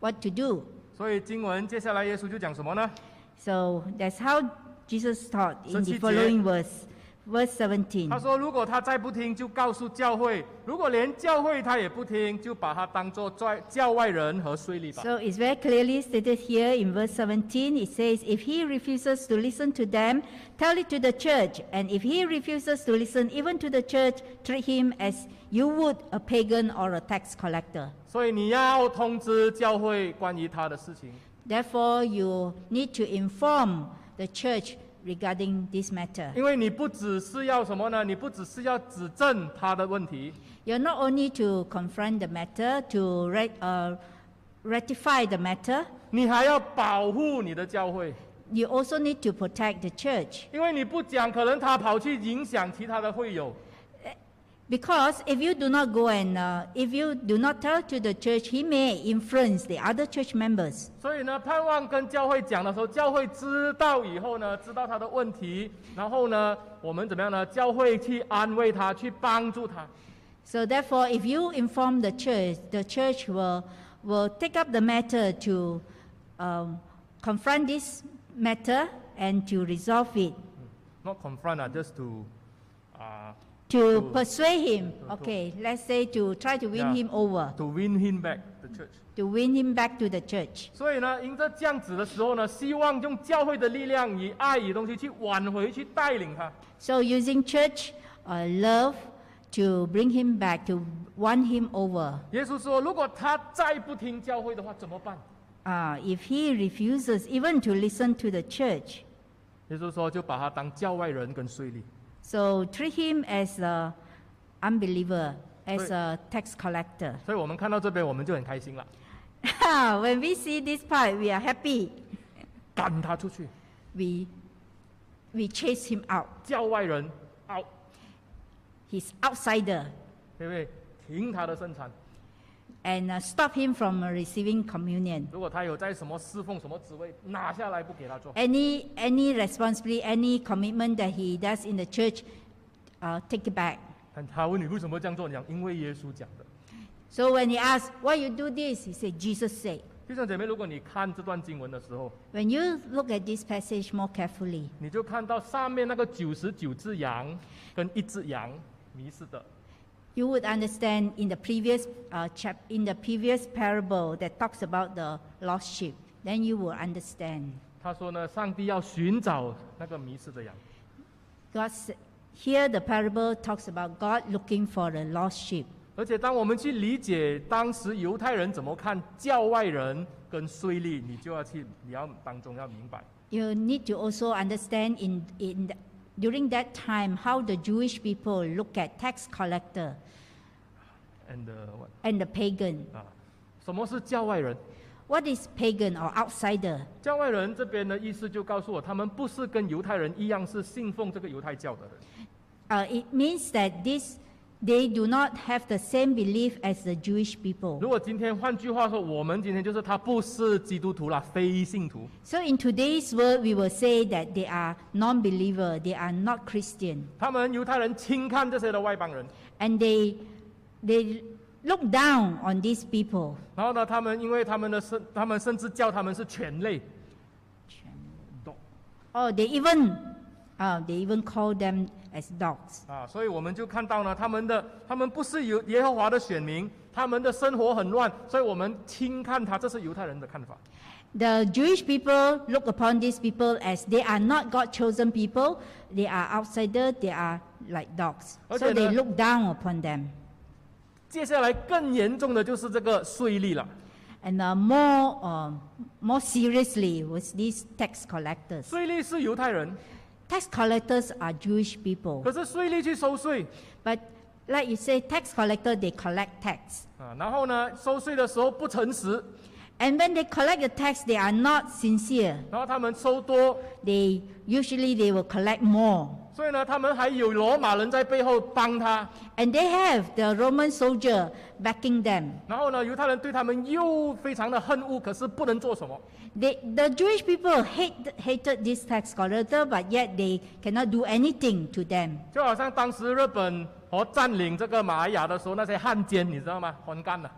Speaker 3: what to do?
Speaker 2: 所以经文接下来耶稣就讲什么呢？
Speaker 3: So that's how Jesus taught in the
Speaker 2: 17节。
Speaker 3: following verse, verse 17.
Speaker 2: 他说：“如果他再不听，就告诉教会；如果连教会他也不听，就把他当作在教外人和税吏吧。
Speaker 3: So it's very clearly stated here in verse 17. It says, If he refuses to listen to them, tell it to the church. And if he refuses to listen even to the church, treat him as you would a pagan or a tax collector.
Speaker 2: 所以你要通知教会关于他的事情。
Speaker 3: 嗯 Therefore, you need to inform the church regarding this matter.
Speaker 2: 因为你不只是要什么呢？你不只是要指正他的问题，
Speaker 3: You're not only to confront the matter, to re- uh, rectify the matter,
Speaker 2: 你还要保护你的教会。
Speaker 3: you also need to protect the church.
Speaker 2: 因为你不讲，可能他跑去影响其他的会友。
Speaker 3: Because if you do not go and uh, if you do not tell to the church, he may influence the other church members.
Speaker 2: 所以呢，盼望跟教会讲的时候，教会知道以后呢，知道他的问题，然后呢，我们怎么样呢？教会去安慰他，去帮助他。
Speaker 3: So therefore, if you inform the church, the church will will take up the matter to um, confront this matter and to resolve it,
Speaker 2: Not confront 啊，just to 啊、
Speaker 3: to
Speaker 2: To-
Speaker 3: persuade him.
Speaker 2: to- to-
Speaker 3: Okay, let's say to try to
Speaker 2: Yeah.
Speaker 3: win him over,
Speaker 2: to win him back the church。
Speaker 3: to win him back to the church.
Speaker 2: 所以呢，迎着这样子的时候呢，希望用教会的力量，以爱以东西去挽回、去带领他。
Speaker 3: So using church uh, love to bring him back, to won him over.
Speaker 2: 耶稣说，如果他再不听教会的话，怎么办？
Speaker 3: Uh, if he refuses even to listen to the church,
Speaker 2: 耶稣说，就把他当教外人跟税吏。
Speaker 3: so treat him as a unbeliever, as
Speaker 2: So-
Speaker 3: a tax collector.
Speaker 2: 所以我们看到这边，我们就很开心了，
Speaker 3: when we see this part, we are happy.
Speaker 2: 赶他出去，
Speaker 3: We we chase him out.
Speaker 2: 教外人 out，
Speaker 3: He's outsider
Speaker 2: 对不对？停他的生产。
Speaker 3: and uh, stop him from uh, receiving communion.
Speaker 2: 如果他有在什么侍奉、什么职位，拿下来不给他做。
Speaker 3: Any any responsibility, any commitment that he does in the church, uh, take it back.
Speaker 2: 但他问你为什么这样做，你讲因为耶稣讲的。
Speaker 3: So when he asks, why you do this? He said, Jesus said.
Speaker 2: 弟兄姐妹，如果你看这段经文的时候，
Speaker 3: When you look at this passage more carefully,
Speaker 2: 你就看到上面那个九十九只羊跟一只羊迷失的，
Speaker 3: you would understand in the previous uh, chap- in the previous parable that talks about the lost sheep. Then you will understand.
Speaker 2: 他说呢，上帝要寻找那个迷失的羊。
Speaker 3: God s- here the parable talks about God looking for the lost sheep.
Speaker 2: 而且，当我们去理解当时犹太人怎么看教外人跟税吏，你就要去，你要当中要明白，
Speaker 3: You need to also understand in in the, during that time how the Jewish people look at tax collector
Speaker 2: and uh, what
Speaker 3: and the pagan.
Speaker 2: 啊，什么是教外人？
Speaker 3: What is pagan or outsider?
Speaker 2: 教外人这边的意思就告诉我，他们不是跟犹太人一样是信奉这个犹太教的人，
Speaker 3: Uh, it means that this, they do not have the same belief as the Jewish
Speaker 2: 如
Speaker 3: people.
Speaker 2: 果今天换句话说，我们今天就是他不是基督徒啦，非信徒。
Speaker 3: So in today's world, we will say that they are non-believer, they are not Christian,
Speaker 2: 他们犹太人轻看这些的外邦人，
Speaker 3: and they, they look down on these people.
Speaker 2: 然后呢，他们因为他们的甚，他们甚至叫他们是犬类，
Speaker 3: Oh, they even, uh, they even call them as dogs.
Speaker 2: 啊，所以我们就看到呢，他们的他们不是犹耶和华的选民，他们的生活很乱，所以我们轻看他，这是犹太人的看法。
Speaker 3: The Jewish people look upon these people as they are not God chosen people, they are outsider, they are like dogs. So
Speaker 2: Okay,
Speaker 3: they
Speaker 2: the-
Speaker 3: look down upon them.
Speaker 2: 接下来更严重的就是这个税吏了，
Speaker 3: And uh, more, um, more seriously was these tax collectors.
Speaker 2: 税吏是犹太人，
Speaker 3: Tax collectors are Jewish people,
Speaker 2: 可是税吏去收税
Speaker 3: but like you say, tax collector they collect tax,
Speaker 2: 啊，然后呢，收税的时候不诚实，
Speaker 3: and when they collect the tax, they are not sincere.
Speaker 2: 然后他们收多，
Speaker 3: They usually they will collect more,
Speaker 2: 所以呢，他们还有罗马人在背后帮他。
Speaker 3: And they have the Roman soldier backing them.
Speaker 2: 然后呢，犹太人对他们又非常的恨恶，可是不能做什么。
Speaker 3: They, the Jewish people hate, hated this tax collector, but yet they cannot do anything to them.
Speaker 2: 就好像当时日本和占领这个马来亚的时候，那些汉奸你知道吗？汉奸啊，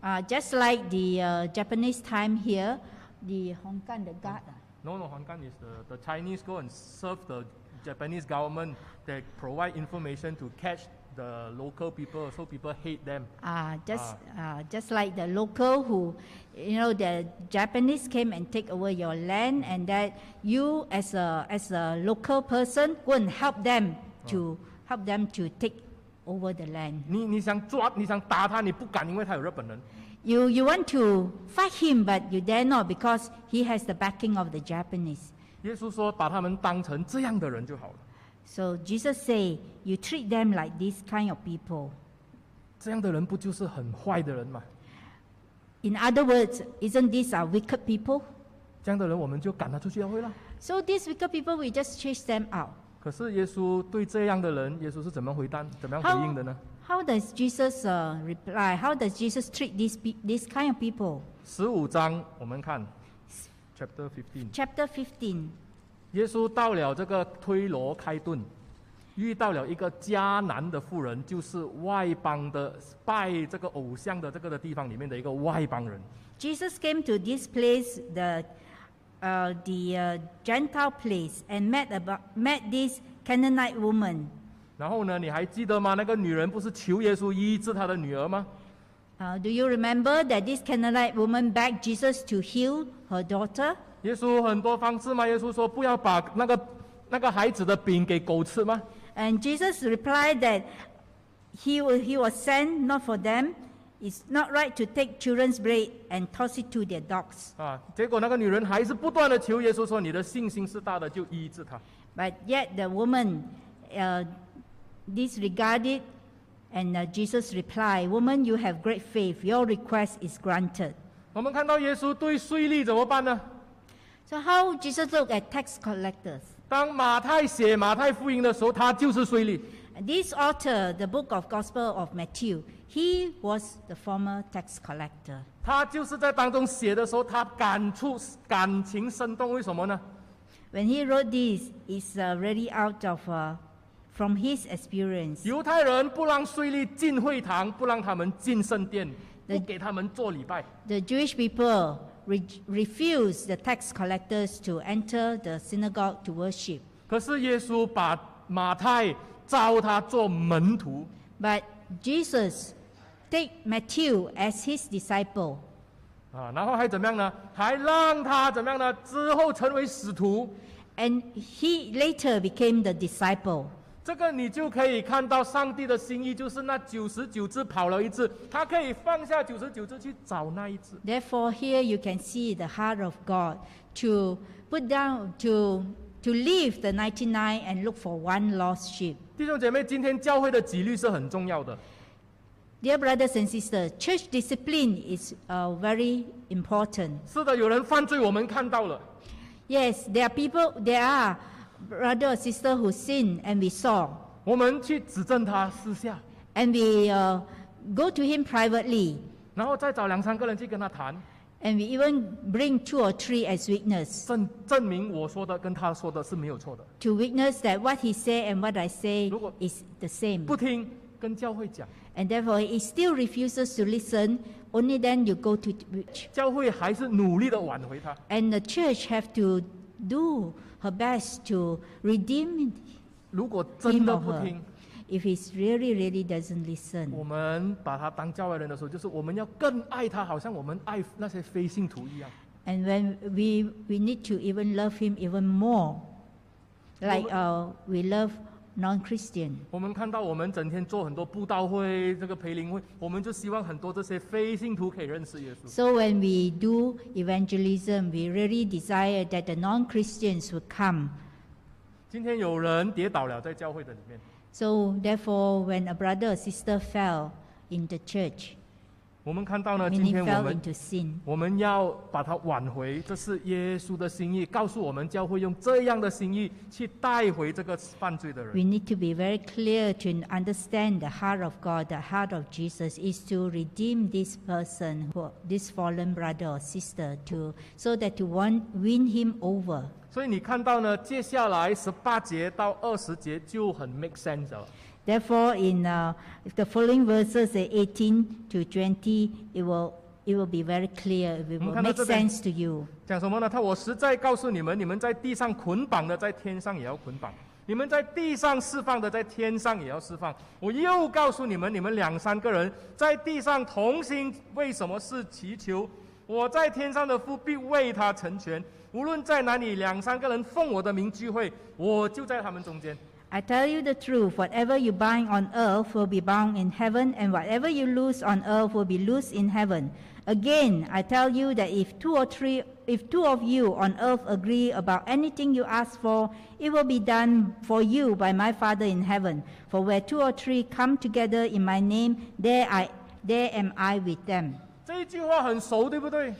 Speaker 3: Uh, just like the uh, Japanese time here, the Hong Kong, the guard. ah.
Speaker 2: No, no, Hong Kong is the, the Chinese go and serve the Japanese government. They provide information to catch the local people, so people hate them.
Speaker 3: Uh, just, uh, just like the local who, you know, the Japanese came and take over your land, and that you, as a as a local person, go and help them to help them to take over the land.
Speaker 2: 你你想抓，你想打他，你不敢，因为他有日本人。
Speaker 3: You you want to fight him, but you dare not because he has the backing of the Japanese.
Speaker 2: 耶稣说，把他们当成这样的人就好了，
Speaker 3: So Jesus say, you treat them like these kind of people.
Speaker 2: 这样的人不就是很坏的人嘛？
Speaker 3: In other words, isn't these are wicked people?
Speaker 2: 这样的人我们就赶他出去教会了。
Speaker 3: So these wicked people, we just chase them out.
Speaker 2: 可是耶稣对这样的人，耶稣是怎么回答、怎么样回应的
Speaker 3: How,
Speaker 2: 呢？
Speaker 3: how does Jesus uh, reply? How does Jesus treat these pe- this kind of people?
Speaker 2: 十五章我们看，chapter fifteen。
Speaker 3: Chapter 15.
Speaker 2: 耶稣到了这个推罗开顿，遇到了一个迦南的妇人，就是外邦的拜这个偶像的这个的地方里面的一个外邦人。
Speaker 3: Jesus came to this place, the uh, the uh, Gentile place, and met about met this Canaanite woman.
Speaker 2: 然后呢，你还记得吗？那个女人不是求耶稣医治她的女儿吗？
Speaker 3: Uh, do you remember that this Canaanite woman begged Jesus to heal her daughter?
Speaker 2: 耶稣很多方式嘛，耶稣说不要把那个那个孩子的饼给狗吃吗？
Speaker 3: And Jesus replied that he, wa- he was sent not for them. It's not right to take children's bread and toss it to their dogs.
Speaker 2: 啊，结果那个女人还是不断的求耶稣说：“你的信心是大的，就医治她。
Speaker 3: But yet the woman uh, disregarded, and uh, Jesus replied, Woman, you have great faith. Your request is granted. ”
Speaker 2: 我们看到耶稣对税吏怎么办呢？
Speaker 3: So, how Jesus looked at tax collectors?
Speaker 2: 当马太写马太福音的时候，他就是税吏。
Speaker 3: This author, the book of Gospel of Matthew, he was the former tax collector.
Speaker 2: 他就是在当中写的时候，他感触感情生动，为什么呢？
Speaker 3: When he wrote this, it's uh, really out of uh, from his experience.
Speaker 2: 犹太人不让税吏进会堂，不让他们进圣殿，不给他们做礼拜。
Speaker 3: The Jewish people re- refused the tax collectors to enter the synagogue to worship,
Speaker 2: 可是耶稣把马太招他做门徒，
Speaker 3: but Jesus take Matthew as his disciple,
Speaker 2: 啊，然后还怎么样呢？还让他怎么样呢？之后成为使徒。
Speaker 3: and he later became the disciple.
Speaker 2: 这个你就可以看到上帝的心意，就是那九十九只跑了一只，他可以放下九十九只去找那一只。
Speaker 3: Therefore, here you can see the heart of God to put down to to leave the 99 and look for one lost sheep.
Speaker 2: 弟兄姐妹，今天教会的纪律是很重要的。
Speaker 3: Dear brothers and sisters, church discipline is uh, very important.
Speaker 2: 是的，有人犯罪，我们看到了。
Speaker 3: Yes, there are people, there are brother or sister who sin, and we saw,
Speaker 2: 我们去指证他私下，
Speaker 3: and we uh, go to him privately,
Speaker 2: 然后再找两三个人去跟他谈，
Speaker 3: and we even bring two or three as witness
Speaker 2: 证证明我说的跟他说的是没有错的。
Speaker 3: to witness that what he said and what I say
Speaker 2: 如果-
Speaker 3: is the same.
Speaker 2: 不听，跟教会讲，
Speaker 3: And therefore, he still refuses to listen. Only then you go to church,
Speaker 2: 教会还是努力的挽回他。
Speaker 3: and the church have to do her best to redeem
Speaker 2: 如果
Speaker 3: him
Speaker 2: 真的
Speaker 3: or
Speaker 2: 不
Speaker 3: her.
Speaker 2: 听，
Speaker 3: If he really, really doesn't listen.
Speaker 2: 我们把他当教外人的时候，就是我们要更爱他，好像我们爱那些非信徒一样。
Speaker 3: And when we, we need to even love him even more, like uh, we love non Christian.
Speaker 2: 我们看到我们整天做很多布道会、这个培灵会，我们就希望很多这些非信徒可以认识耶稣。
Speaker 3: So when we do evangelism, we really desire that the non Christians will come.
Speaker 2: 今天有人跌倒了在教会的里面，
Speaker 3: So therefore, when a brother or sister fell in the church,
Speaker 2: 我们看到呢，今
Speaker 3: Many
Speaker 2: 天我
Speaker 3: fell
Speaker 2: 们
Speaker 3: into sin.
Speaker 2: 我们要把它挽回，这是耶稣的心意，告诉我们教会用这样的心意去带回这个犯罪的人。
Speaker 3: We need to be very clear to understand the heart of God, the heart of Jesus is to redeem this person, who, this fallen brother or sister, to so that to won, win him over.
Speaker 2: 所以你看到呢，接下来十八节到二十节就很 make sense 了。
Speaker 3: Therefore, in uh, the following verses, uh, 18 to 20, it will it will be very clear. It will make
Speaker 2: 我们看到这边。
Speaker 3: sense to you.
Speaker 2: 讲什么呢？他我实在告诉你们，你们在地上捆绑的，在天上也要捆绑；你们在地上释放的，在天上也要释放。我又告诉你们，你们两三个人在地上同心，为什么是祈求？我在天上的父必为他成全。无论在哪里，两三个人奉我的名聚会，我就在他们中间。
Speaker 3: I tell you the truth, whatever you bind on earth will be bound in heaven, and whatever you loose on earth will be loosed in heaven. Again, I tell you that if two or three, if two of you on earth agree about anything you ask for, it will be done for you by my Father in heaven. For where two or three come together in my name, there I, there am I with them.
Speaker 2: 这一句话很熟，对不对？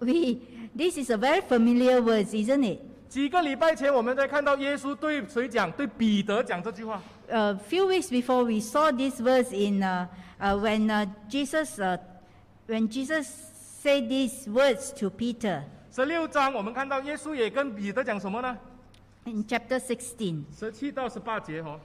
Speaker 3: We, this is a very familiar word, isn't it?
Speaker 2: 几个礼拜前，我们才看到耶稣对谁讲？对彼得讲这句话。
Speaker 3: a few weeks before we saw this verse in uh, uh, when uh, Jesus uh, when Jesus said these words to Peter
Speaker 2: 十六章，我们看到耶稣也跟彼得讲什么呢？
Speaker 3: in chapter 16
Speaker 2: 十七到十八节哦，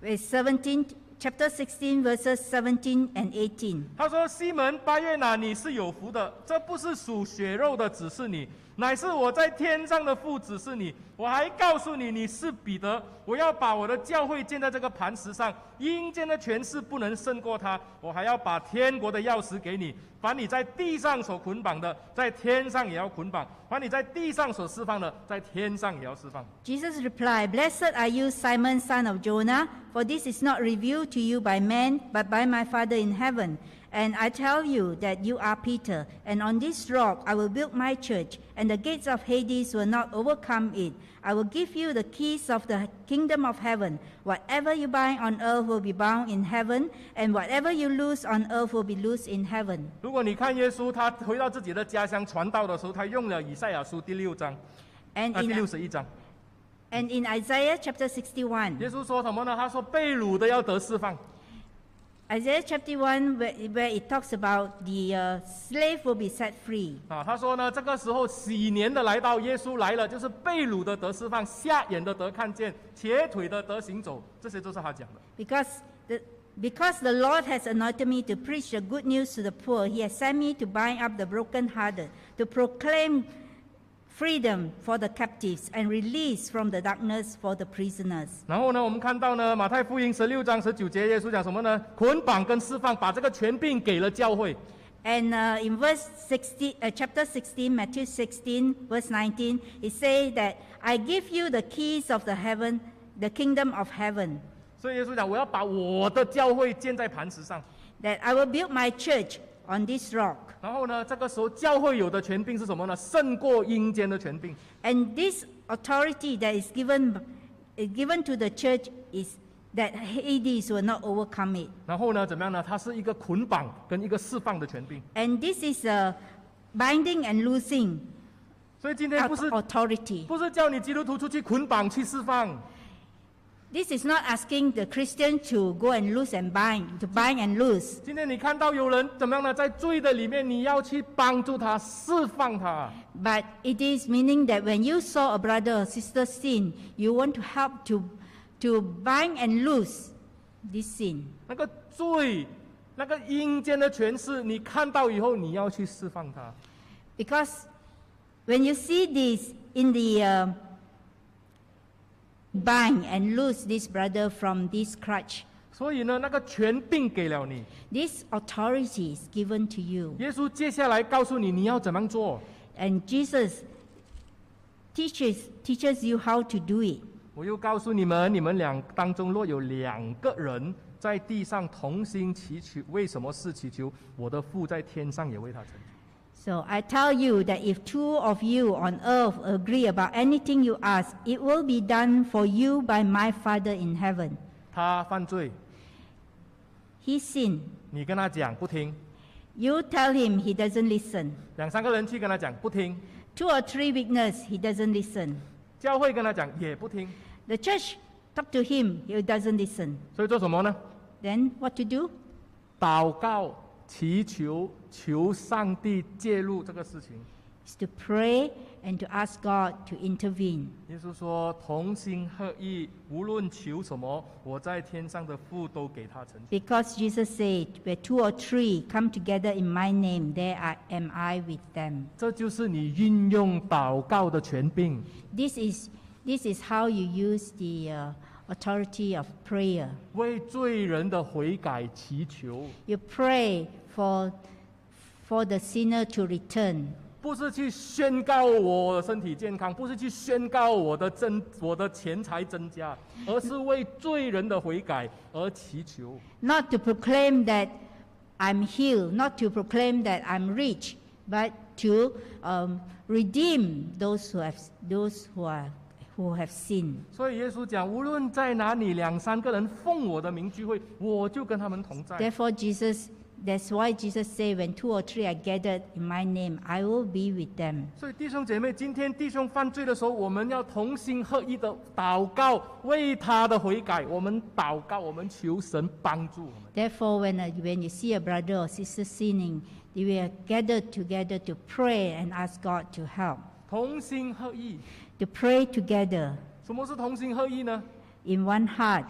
Speaker 3: verse 17 chapter 16 verses 17 and 18
Speaker 2: 他说：“西门巴月拿，你是有福的，这不是属血肉的，只是你，乃是我在天上的父，只是你。我还告诉你，你是彼得，我要把我的教会建在这个磐石上，阴间的权势不能胜过它。我还要把天国的钥匙给你，凡你在地上所捆绑的，在天上也要捆绑；凡你在地上所释放的，在天上也要释放。”
Speaker 3: Jesus replied, Blessed are you, Simon, son of Jonah, for this is not revealed to you by man, but by my Father in heaven. And I tell you that you are Peter, and on this rock I will build my church, and the gates of Hades will not overcome it. I will give you the keys of the kingdom of heaven. Whatever you bind on earth will be bound in heaven, and whatever you loose on earth will be loosed in heaven.
Speaker 2: 如果你看耶稣，他回到自己的家乡传道的时候，他用了以赛亚书第六章，
Speaker 3: And
Speaker 2: 啊、第六
Speaker 3: in,
Speaker 2: 十一章。
Speaker 3: and in Isaiah chapter 61,
Speaker 2: 耶稣说什么呢？他说被掳的要得释放，
Speaker 3: Isaiah chapter 1, where, where it talks about the uh, slave will be set free.
Speaker 2: 啊，他说呢，这个时候喜年的来到，耶稣来了，就是被掳的得释放，瞎眼的得看见，瘸腿的得行走，这些都是他讲的。
Speaker 3: Because the, because the Lord has anointed me to preach the good news to the poor, He has sent me to bind up the brokenhearted, to proclaim freedom for the captives and release from the darkness for the prisoners.
Speaker 2: 然后呢，我们看到呢，马太福音十六章十九节，耶稣讲什么呢？捆绑跟释放，把这个权柄给了教会。
Speaker 3: And uh, in verse 16, uh, chapter 16, Matthew 16, verse 19, it says that I give you the keys of the heaven, the kingdom of heaven.
Speaker 2: 所以耶稣讲，我要把我的教会建在磐石上。
Speaker 3: that I will build my church on this rock.
Speaker 2: 然后呢，这个时候教会有的权柄是什么呢？胜过阴间的权柄。
Speaker 3: And this authority that is given, is given to the church is that Hades will not overcome it.
Speaker 2: 然后呢，怎么样呢？它是一个捆绑跟一个释放的权柄。
Speaker 3: And this is a binding and loosing
Speaker 2: 所以今天
Speaker 3: au-
Speaker 2: 不是
Speaker 3: authority.
Speaker 2: 不是叫你基督徒出去捆绑去释放，
Speaker 3: This is not asking the Christian to go and loose and bind, to bind and loose.
Speaker 2: 今天你看到有人怎么样呢？在罪的里面，你要去帮助他释放他。
Speaker 3: But it is meaning that when you saw a brother or sister sin, you want to help to, to bind and loose this sin.
Speaker 2: 那个罪，那个阴间的权势，你看到以后，你要去释放他。
Speaker 3: Because when you see this in the uh, bind and loose this brother from this crutch,
Speaker 2: 所以呢，那个权柄给了你。
Speaker 3: this authority is given to you.
Speaker 2: 耶稣接下来告诉你你要怎么样做。
Speaker 3: And Jesus teaches, teaches you how to do it.
Speaker 2: 我又告诉你们，你们两当中若有两个人在地上同心祈求，为什么是祈求？我的父在天上也为他成全。
Speaker 3: So I tell you that if two of you on earth agree about anything you ask, it will be done for you by my Father in heaven.
Speaker 2: 他犯罪，
Speaker 3: He sinned.
Speaker 2: 你跟他讲不听，
Speaker 3: You tell him he doesn't listen.
Speaker 2: 两三个人去跟他讲不听，
Speaker 3: Two or three witness, he doesn't listen.
Speaker 2: 教会跟他讲也不听，
Speaker 3: The church talk to him, he doesn't listen.
Speaker 2: 所以做什么呢？
Speaker 3: Then what to do?
Speaker 2: 祷告、祈求、求上帝介入这个事情。
Speaker 3: Is to pray and to ask God to intervene.
Speaker 2: 耶稣说：“同心合意，无论求什么，我在天上的父都给他成全。
Speaker 3: Because Jesus said, Where two or three come together in my name, there I, am I with them. ”
Speaker 2: 这就是你运用祷告的权柄。
Speaker 3: This is, this is how you use the uh, authority of prayer.
Speaker 2: 为罪人的悔改祈求，
Speaker 3: You pray for, for the sinner to return.
Speaker 2: 不是去宣告我身体健康，不是去宣告我的增我的钱财增加，而是为罪人的悔改而祈求。
Speaker 3: Not to proclaim that I'm healed, not to proclaim that I'm rich, but to um, redeem those who have, those who are, who have sinned.
Speaker 2: 所以耶稣讲，无论在哪里，两三个人奉我的名聚会，我就跟他们同在。
Speaker 3: Therefore, Jesus, that's why Jesus said, When two or three are gathered in my name, I will be with them.
Speaker 2: 所以弟兄姐妹，今天弟兄犯罪的时候，我们要同心合意的祷告，为他的悔改，我们祷告，我们求神帮助我们。
Speaker 3: Therefore, when, uh, when you see a brother or sister sinning, they will gather together to pray and ask God to help.
Speaker 2: 同心合意，
Speaker 3: To pray together
Speaker 2: 什么是同心合意呢？
Speaker 3: in one heart.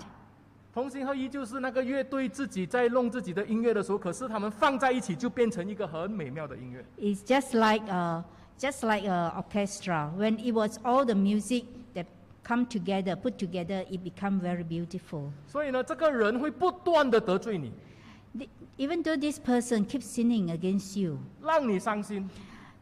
Speaker 2: 同心合一就是那个乐队自己在弄自己的音乐的时候，可是他们放在一起就变成一个很美妙的音乐。
Speaker 3: It's just like a, just like a orchestra. When it was all the music that come together, put together, it become very beautiful.
Speaker 2: 所以呢，这个人会不断的得罪你，
Speaker 3: The- even though this person keeps sinning against you,
Speaker 2: 让你伤心。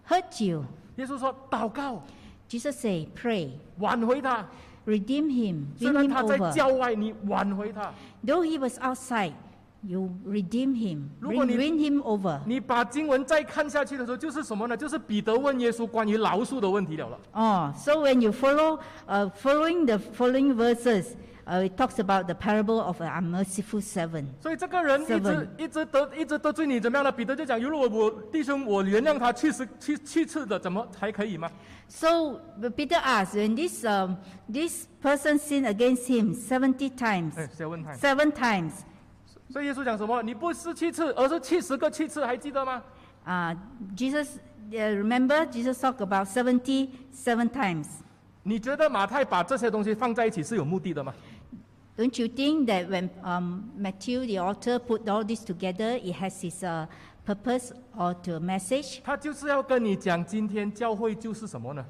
Speaker 3: hurt you,
Speaker 2: 耶稣说：“祷告，
Speaker 3: Jesus say, pray.
Speaker 2: 挽回他。
Speaker 3: Redeem him,
Speaker 2: 虽
Speaker 3: win
Speaker 2: 然
Speaker 3: him
Speaker 2: 他在
Speaker 3: over.
Speaker 2: 郊外，你挽回他。
Speaker 3: Though he was outside, you redeem him,
Speaker 2: 如果你-
Speaker 3: win, win him over.
Speaker 2: 你把经文再看下去的时候，就是什么呢？就是彼得问耶稣关于饶恕的问题了了。
Speaker 3: Oh, so when you follow, uh, following the following verses, uh, it talks about the parable of an unmerciful servant.
Speaker 2: 所以这个人一直
Speaker 3: Seven
Speaker 2: 一直得一直得罪你怎么样呢？彼得就讲：如果我弟兄我原谅他去十去去次的，怎么还可以吗？
Speaker 3: So but Peter asked, when this um, this person sinned against him seventy times,
Speaker 2: 哎，先问他。
Speaker 3: Eh, seven times,
Speaker 2: 所以耶稣讲什么？你不是七次，而是七十个七次，还记得吗？
Speaker 3: uh, Jesus, uh, remember Jesus talked about seventy seven times.
Speaker 2: 你觉得马太把这些东西放在一起是有目的的吗？
Speaker 3: Don't you think that when um, Matthew, the author, put all this together, it has its uh, purpose or to a message?
Speaker 2: 他就是要跟你讲，今天教会就是什么呢？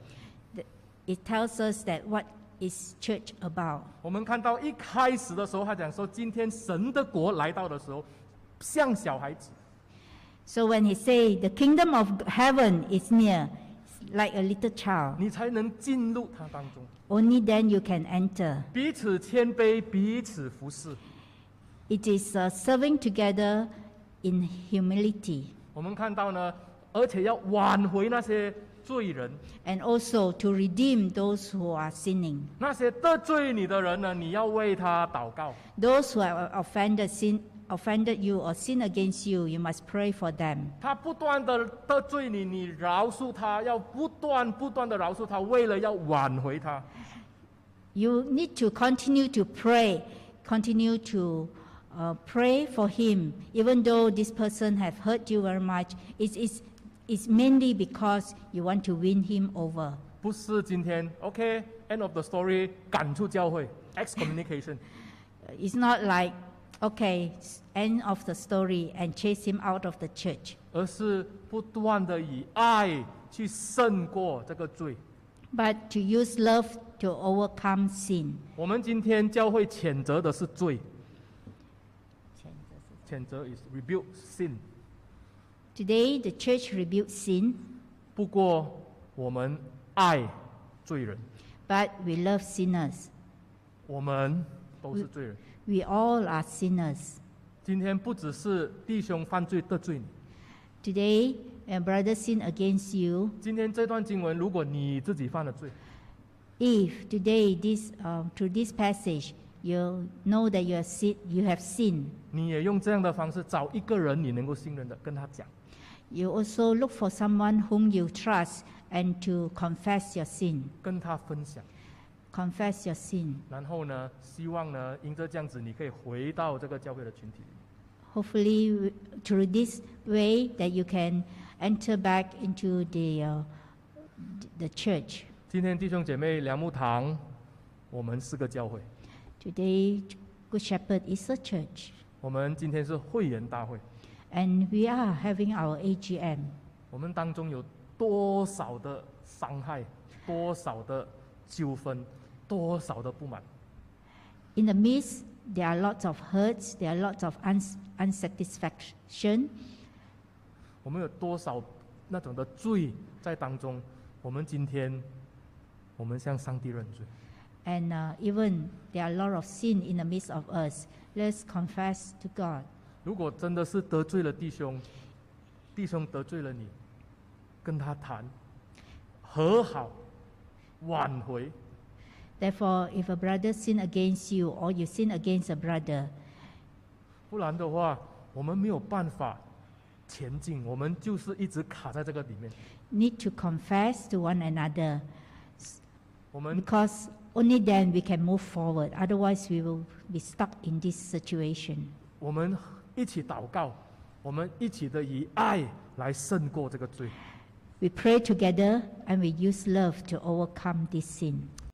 Speaker 3: That It tells us that what is church about.
Speaker 2: 我们看到一开始的时候，他讲说，今天神的国来到的时候，像小孩子，
Speaker 3: So when he say the kingdom of heaven is near, it's like a little child,
Speaker 2: 你才能进入他当中，
Speaker 3: only then you can enter.
Speaker 2: 彼此谦卑，彼此服侍。
Speaker 3: It is uh, serving together in humility
Speaker 2: 我们看到呢，而且要挽回那些罪人，
Speaker 3: and also to redeem those who are sinning.
Speaker 2: 那些得罪你的人呢，你要为他祷告。
Speaker 3: Those who have offended, sin, offended you or sin against you, you must pray for them.
Speaker 2: 他不断的得罪你，你饶恕他，要不断不断的饶恕他，为了要挽回他。
Speaker 3: You need to continue to pray, continue to uh, pray for him, even though this person have hurt you very much. It's, it's, it's mainly because you want to win him over.
Speaker 2: 不是今天，OK，end、of the story，赶出教会，excommunication。
Speaker 3: It's not like, okay, end of the story and chase him out of the church,
Speaker 2: 而是不断的以爱去胜过这个罪。
Speaker 3: but to use love to overcome sin.
Speaker 2: 我们今天教会谴责的是罪，谴责 is rebuke sin。
Speaker 3: Today, the church rebukes sin,
Speaker 2: 不过我们爱罪人，
Speaker 3: but we love sinners.
Speaker 2: 我们都是罪人。
Speaker 3: We all are sinners.
Speaker 2: 今天不只是弟兄犯罪得罪你，
Speaker 3: Today, a brother sin against you.
Speaker 2: 今天这段经文，如果你自己犯了罪，
Speaker 3: If today, this um, through this passage, you know that you have sin, you have sinned,
Speaker 2: 你也用这样的方式找一个人你能够信任的，跟他讲，
Speaker 3: you also look for someone whom you trust and to confess your sin.
Speaker 2: 跟他分享。
Speaker 3: Confess your sin.
Speaker 2: 然后呢，希望呢，因着这样子，你可以回到这个教会的群体里。
Speaker 3: Hopefully, w- through this way, that you can enter back into the, uh, th- the church.
Speaker 2: 今天弟兄姐妹梁木堂，我们是个教会，
Speaker 3: Today, Good Shepherd is a church,
Speaker 2: 我们今天是会员大会，
Speaker 3: and we are having our AGM.
Speaker 2: 我们当中有多少的伤害，多少的纠纷，多少的不满，
Speaker 3: In the midst, there are lots of hurts, there are lots of uns- unsatisfaction,
Speaker 2: 我们有多少那种的罪在当中，我们今天，我们向上帝认罪，
Speaker 3: and uh, even there are a lot of sin in the midst of us. Let's confess to God.
Speaker 2: 如果真的是得罪了弟兄，弟兄得罪了你，跟他谈和好、挽回，
Speaker 3: Therefore, if a brother sin against you or you sin against a brother,
Speaker 2: 不然的话，我们没有办法前进，我们就是一直卡在这个里面。
Speaker 3: need to confess to one another
Speaker 2: 我们
Speaker 3: because only then we can move forward. Otherwise, we will be stuck in this situation.
Speaker 2: 我们一起祷告，我们一起的以爱来胜过这个罪。
Speaker 3: We pray together and we use love to overcome this sin.